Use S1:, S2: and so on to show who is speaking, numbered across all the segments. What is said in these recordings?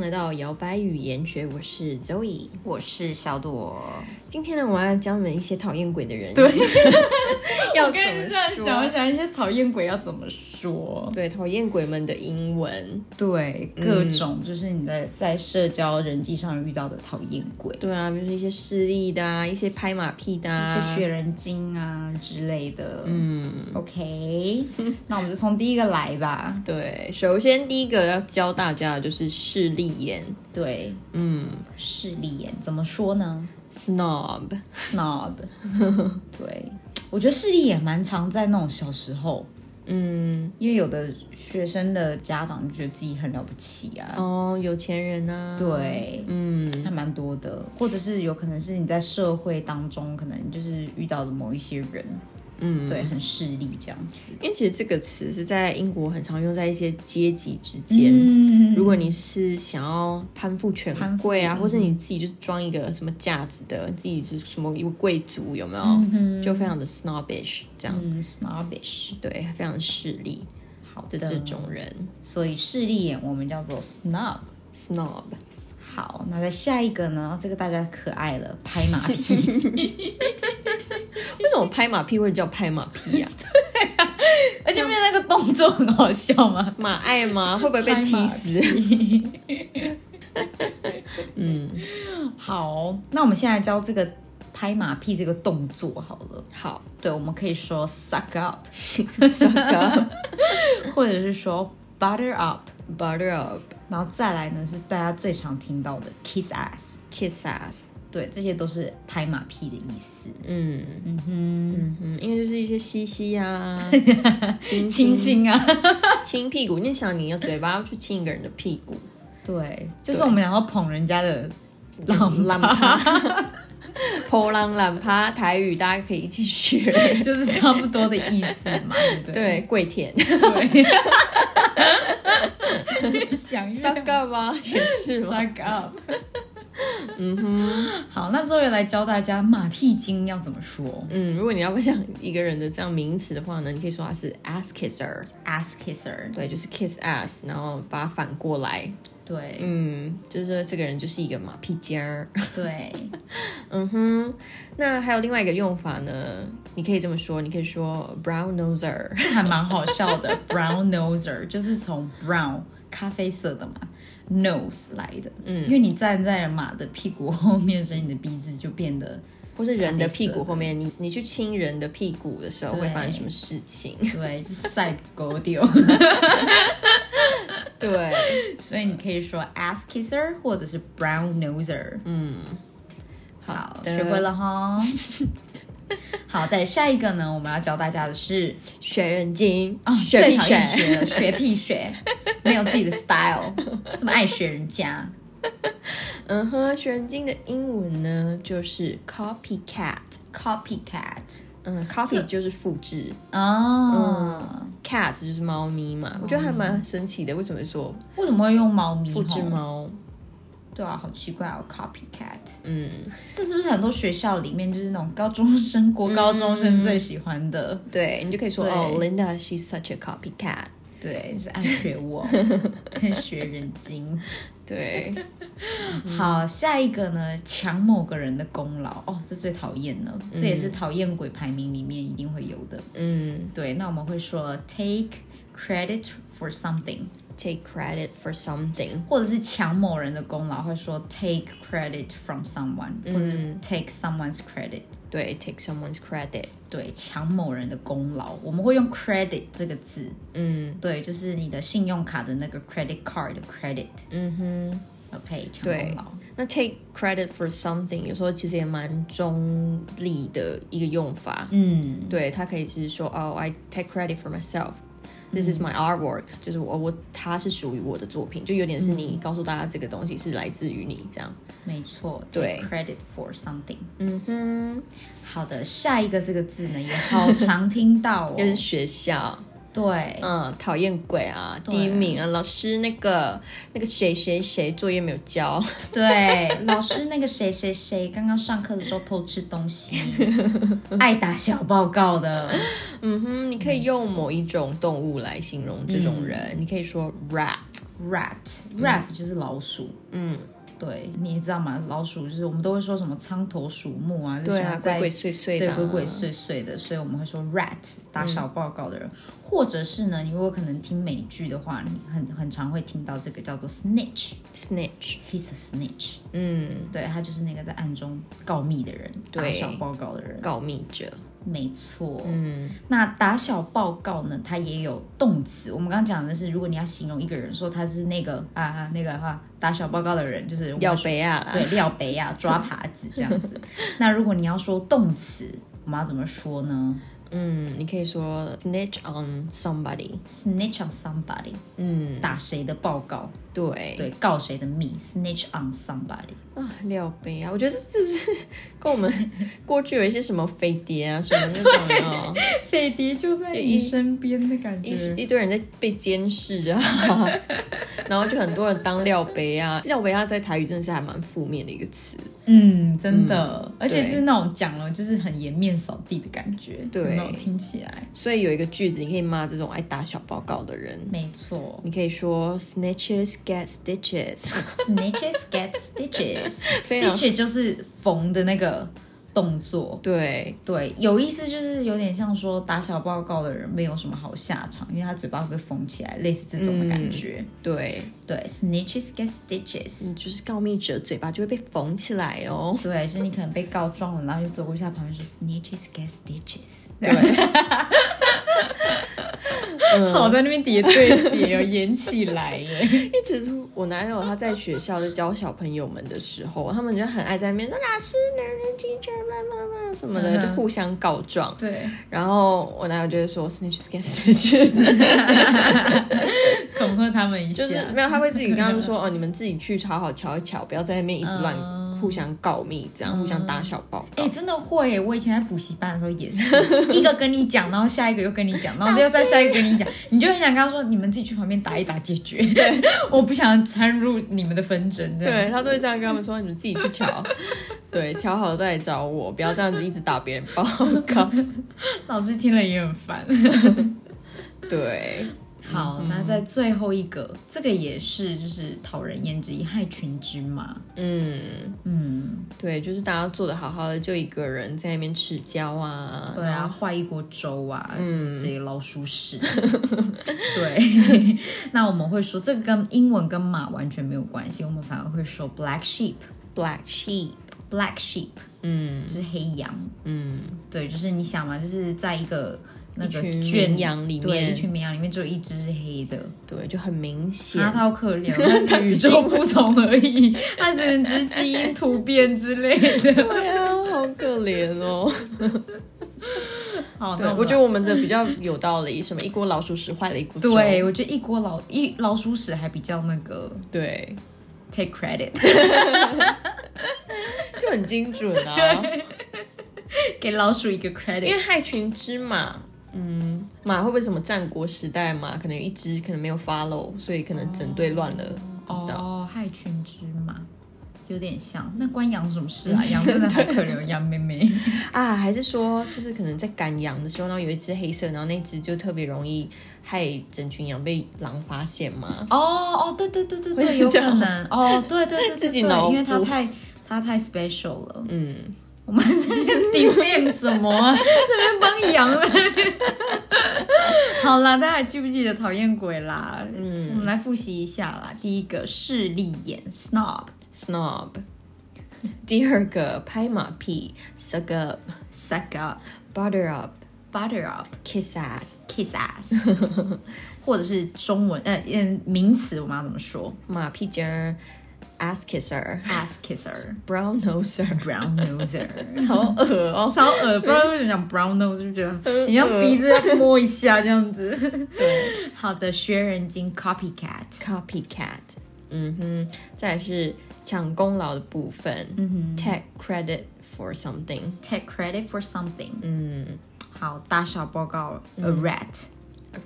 S1: 得到摇摆语言学，我是 Zoe。
S2: 我是小朵，
S1: 今天呢，我要教你们一些讨厌鬼的人，
S2: 对，
S1: 要
S2: 我
S1: 怎
S2: 跟
S1: 么
S2: 这样
S1: 说
S2: 想一想，一些讨厌鬼要怎么说？
S1: 对，讨厌鬼们的英文。
S2: 对，各种就是你在在社交人际上遇到的讨厌鬼，
S1: 对啊，比如说一些势利的啊，一些拍马屁的
S2: 一些
S1: 啊。
S2: 学人精啊之类的。
S1: 嗯，
S2: OK，那 我们就从第一个来吧。
S1: 对，首先第一个要教大家的就是势利眼，
S2: 对，
S1: 嗯
S2: 势利眼怎么说呢
S1: ，snob，
S2: ？Snob。对，我觉得势利眼蛮常在那种小时候。
S1: 嗯，
S2: 因为有的学生的家长就觉得自己很了不起啊，
S1: 哦，有钱人啊，，
S2: 对，
S1: 嗯，
S2: 还蛮多的，或者是有可能是你在社会当中，可能就是遇到的某一些人，
S1: 嗯，
S2: 对，很势利这样子。
S1: 因为其实这个词是在英国很常用在一些阶级之间。
S2: 嗯，
S1: 如果你是想要攀附权贵啊，
S2: 攀附
S1: 或是你自己就是装一个什么架子的，自己是什么一个贵族，有没有？
S2: 哼
S1: 就非常的 snobbish 这样，
S2: 嗯，snobbish，
S1: 对，非常的势利
S2: 好
S1: 的
S2: 的，
S1: 这种人
S2: 所以势利眼我们叫做 snob。
S1: ，snob。
S2: 好，那在下一个呢？这个大家可爱了，拍马屁。
S1: 为什么拍马屁会叫拍马屁 啊？
S2: 而且不是那个动作很好笑吗？
S1: 马爱吗？会不会被踢死？嗯，
S2: 好，那我们现在教这个拍马屁这个动作好了。
S1: 好
S2: 对，我们可以说 suck up，
S1: ，suck up,
S2: 或者是说 butter up，
S1: butter up,
S2: 然后再来呢是大家最常听到的 kiss ass，
S1: kiss ass。
S2: 对，这些都是拍马屁的意思。
S1: 嗯嗯哼嗯哼，因为就是一些嘻嘻呀、 啊，亲亲
S2: 亲亲啊，
S1: 亲屁股，你想你的嘴巴要去亲一个人的屁股，
S2: 对，就是我们想要捧人家的浪
S1: 浪趴，波浪懒趴，台语大家可以一起学。
S2: 就是差不多的意思嘛，对不对？
S1: 对，跪舔，
S2: 对， 讲一
S1: 大概吗？也是吗？
S2: suck up。嗯哼，好，那周瑜来教大家马屁精要怎么说
S1: 嗯，如果你要不想一个人的这样名词的话呢，你可以说他是 ass kisser，
S2: ，ass kisser。
S1: 对，就是 kiss ass，然后把它反过来，
S2: 对、
S1: 嗯，就是说这个人就是一个马屁尖儿。
S2: 对，
S1: 嗯哼，那还有另外一个用法呢，你可以这么说，你可以说 brown noser，
S2: 这还蛮好笑的。brown noser 就是从 brown 咖啡色的嘛 nose 来的，嗯，因为你站在马的屁股后面，所以你的鼻子就变得
S1: 或是人的屁
S2: 咖啡
S1: 股
S2: 色
S1: 后面，你你去亲人的屁股的时候
S2: 对
S1: 会发生什么事情？
S2: 对是晒 狗丢，
S1: 对，
S2: 所以你可以说 ass kisser 或者是 brown noser。
S1: 嗯，
S2: 好，
S1: 的
S2: 学会了哈。 好，再下一个呢，我们要教大家的是
S1: 学人精，
S2: 哦，
S1: 学
S2: 最
S1: 屁
S2: 讨厌
S1: 学，
S2: 学了，学屁学，没有自己的 style，这么爱学人家。
S1: 嗯哼，学人精的英文呢就是 copycat，
S2: copycat
S1: 嗯，copy 就是复制
S2: 哦，
S1: ，cat 就是猫咪嘛，我觉得还蛮神奇的，为什么说
S2: 为什么会用哦猫咪？
S1: 复制
S2: 吼
S1: 猫？
S2: 对啊，好奇怪哦，copycat。
S1: 嗯，
S2: 这是不是很多学校里面就是那种高中生、国高中生最喜欢的？
S1: 对你就可以说
S2: 对
S1: 哦，Linda，she's such a copycat，
S2: 对，就是爱学我，跟学人精。
S1: 对，
S2: 好，下一个呢，抢某个人的功劳哦，这最讨厌了，这也是讨厌鬼排名里面一定会有的。
S1: 嗯
S2: 对，那我们会说 take credit for something，
S1: ，take credit for something，
S2: 或者是抢某人的功劳，会说 take credit from someone，、
S1: 嗯
S2: 或者是 take someone's credit。
S1: 对，take someone's credit，
S2: 对，抢某人的功劳，我们会用 credit 这个字。
S1: 嗯
S2: 对，就是你的信用卡的那个 credit card 的 credit。
S1: 嗯哼。
S2: OK，抢
S1: 对
S2: 功劳。
S1: 那 take credit for something 有时候其实也蛮中立的一个用法，
S2: 嗯，
S1: 对，它可以就是说哦、i take credit for myself。This is my artwork，、就是我我它是属于我的作品，就有点
S2: 嗯
S1: 是你告诉大家这个东西是来自于你这样。
S2: 没错。
S1: 对
S2: take，credit for something。
S1: 嗯哼，
S2: 好的，下一个这个字呢也好常听到哦
S1: 又。是学校，
S2: 对，
S1: 嗯，讨厌鬼啊，
S2: 对
S1: 第一名啊，老师那个那个谁谁谁作业没有交，
S2: 对，老师那个谁谁谁刚刚上课的时候偷吃东西，爱打小报告的，
S1: 嗯哼，你可以用某一种动物来形容这
S2: 嗯
S1: 种人，你可以说 rat，
S2: rat rat 就是老鼠，
S1: 嗯，
S2: 对，你也知道嘛，老鼠就是我们都会说什么苍头鼠目啊，就
S1: 对
S2: 喜
S1: 啊，鬼
S2: 欢在
S1: 鬼祟祟的嗯
S2: 对
S1: 啊，
S2: 鬼鬼祟祟的，所以我们会说 rat 打小报告的人，或者是呢，你如果可能听美剧的话，你很很常会听到这个叫做 snitch，he's
S1: snitch，
S2: a snitch，
S1: 嗯，
S2: 对他就是那个在暗中告密的人，打
S1: 对
S2: 小报告的人，
S1: 告密者，
S2: 没错。
S1: 嗯，
S2: 那打小报告呢，它也有动词。我们刚刚讲的是，如果你要形容一个人，说他是那个啊啊那个哈、打小报告的人，就是
S1: 要
S2: 被
S1: 杯啊，
S2: 对廖北啊抓耙子这样 子。那如果你要说动词，我们要怎么说呢
S1: 嗯，你可以说 snitch on somebody，
S2: ？Snitch on somebody，
S1: 嗯，
S2: 打谁的报告？
S1: 对，
S2: 对，告谁的密？Snitch on somebody。
S1: 啊，廖杯啊，我觉得是不是 跟我们过去有一些什么飞碟啊什么那种 啊，
S2: 飞碟就在
S1: 你
S2: 身边的感
S1: 一一堆人在被监视啊， 然后就很多人当廖杯啊，廖杯啊在台语真的是还蛮负面的一个词，
S2: 嗯，真的，而且
S1: 对
S2: 是那种讲了就是很颜面扫地的感觉，
S1: 对
S2: 有没有听起来，
S1: 所以有一个句子你可以骂这种爱打小报告的人，
S2: 没错。
S1: 你可以说 snitches get stitches，
S2: Snitches get stitches。
S1: 非常
S2: Stitch 就是缝的那个动作。
S1: 对
S2: 对，有意思就是有点像说打小报告的人没有什么好下场，因为他嘴巴会被缝起来，类似这种的感觉。
S1: 对，
S2: 对，snitches get stitches。
S1: 你就是告密者嘴巴就会被缝起来哦。
S2: 对，就是你可能被告状了，然后就走过去他旁边说 snitches get stitches。
S1: 对，嗯
S2: 好在那边叠对叠哦， 演起来耶。
S1: 一直我男友他在学校就教小朋友们的时候，他们就很爱在那边说老师、男人、teacher、妈妈妈什么的，
S2: 嗯哼
S1: 就互相告状。
S2: 对，
S1: 然后我男友就会说 snitches get stitches，
S2: 恐吓他们一下。
S1: 就是没有，他会自己跟他们说哦，你们自己去好好瞧一瞧，不要在那边一直乱互相告密，这样互相打小报
S2: 嗯哎、
S1: 告。
S2: 真的会耶！我以前在补习班的时候也是， 一个跟你讲，然后下一个又跟你讲， 然后又再下一个跟你讲，你就很想跟他说，你们自己去旁边打一打解决， 我不想掺入你们的纷争。这样，
S1: 对他都会这样跟他们说，你们自己去 瞧，对，瞧好再来找我，不要这样子一直打别人报 告。
S2: 老师听了也很烦。嗯
S1: 对，
S2: 好，那在最后一个，这个也是就是讨人厌之一，害群之马。
S1: 嗯。
S2: 嗯，
S1: 对，就是大家做的好好的，就一个人在那边吃胶啊，
S2: 对啊，坏一锅粥啊，就是这些老鼠 屎。对， 那我们会说这个跟英文跟马完全没有关系，我们反而会说 black sheep。
S1: ，black sheep，
S2: black sheep
S1: 嗯
S2: 就是黑羊，
S1: 嗯，
S2: 对，就是你想嘛，就是在一个那个
S1: 群
S2: 圈
S1: 绵羊里
S2: 对，一
S1: 面
S2: 群绵羊里面只有一只是黑的，
S1: 对，就很明显
S2: 啊，。它好可怜，它是与众不同而已，它只能只是基因突变之类的。
S1: 对啊，好可怜 哦。
S2: 好，
S1: 对
S2: 那，
S1: 我觉得
S2: 得。
S1: 我们的比较有道理，什么一锅老鼠屎坏了一锅粥。
S2: 对，我觉得一锅老一老鼠屎还比较那个
S1: 对，
S2: take credit
S1: 就很精准啊。
S2: 给老鼠一个
S1: 因
S2: credit，
S1: 为害群之马，嗯，马会不会什么战国时代马，可能有一只可能没有 follow，所以可能整队乱了，不知道。
S2: 哦，害群之马有点像。那关羊什么事 啊？羊真的好可怜，羊妹妹。
S1: 啊，还是说就是可能在赶羊的时候，然后有一只黑色，然后那只就特别容易害整群羊被狼发现吗？
S2: 哦哦，对对对对
S1: 会
S2: 对，
S1: 是
S2: 有
S1: 这
S2: 可
S1: 样吗
S2: 能哦，对对对对
S1: 自己
S2: 对，
S1: 脑
S2: 因为它
S1: 补
S2: 太它太 special 了。
S1: 嗯，
S2: 我们在那边 defend 什 么啊？这边帮羊了。 好啦，大家还记不记得讨厌鬼啦？嗯，我们来复习一下啦。第一个势利眼 snob，
S1: ，snob。第二个拍马屁，suck up，butter
S2: suck up
S1: up，kiss
S2: butter up
S1: ass，
S2: kiss ass，或者是中文呃嗯名词我们要怎么说
S1: 马屁精儿，ass kisser，brown
S2: ？ass kisser
S1: noser，
S2: brown noser。
S1: 好恶哦。
S2: 超恶，不知道为什么讲 brown nose 就觉得
S1: 嗯
S2: 你要鼻子要摸一下这样子。
S1: 嗯
S2: 好的，学人精 copycat，
S1: Copycat，嗯哼，再来是抢功劳的部分，嗯哼，take credit for something，
S2: take credit for something。
S1: 嗯
S2: 好，打小报告 a rat，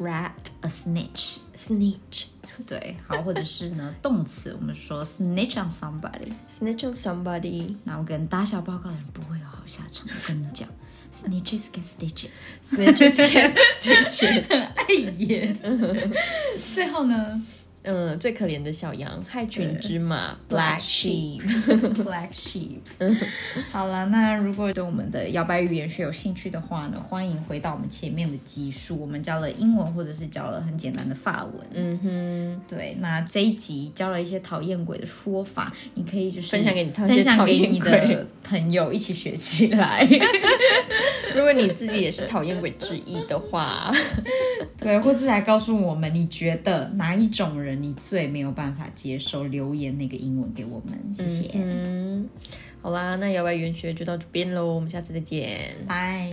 S1: rat
S2: a snitch。
S1: snitch
S2: 对，好，或者是呢动词，我们说 snitch on somebody。
S1: snitch on somebody
S2: 那我跟打小报告的人不会有好下场，我跟你讲，snitches get stitches。
S1: snitches get stitches。
S2: 碍眼。最后呢
S1: 嗯，最可怜的小羊，害群之马 black sheep。
S2: ，black sheep。好 了，那如果对我们的摇摆语言学有兴趣的话呢，欢迎回到我们前面的集数，我们教了英文，或者是教了很简单的法文。嗯哼，对。那这一集教了一些讨厌鬼的说法，你可以就是
S1: 分享给你
S2: 分享给你
S1: 讨厌鬼
S2: 的朋友一起学起 来。
S1: 如果你自己也是讨厌鬼之一的话，
S2: 对，或是来告诉我们，你觉得哪一种人你最没有办法接受？留言那个英文给我们，谢谢，
S1: 嗯嗯，好啦，那摇摆语言学就到这边喽，我们下次再见。
S2: 拜、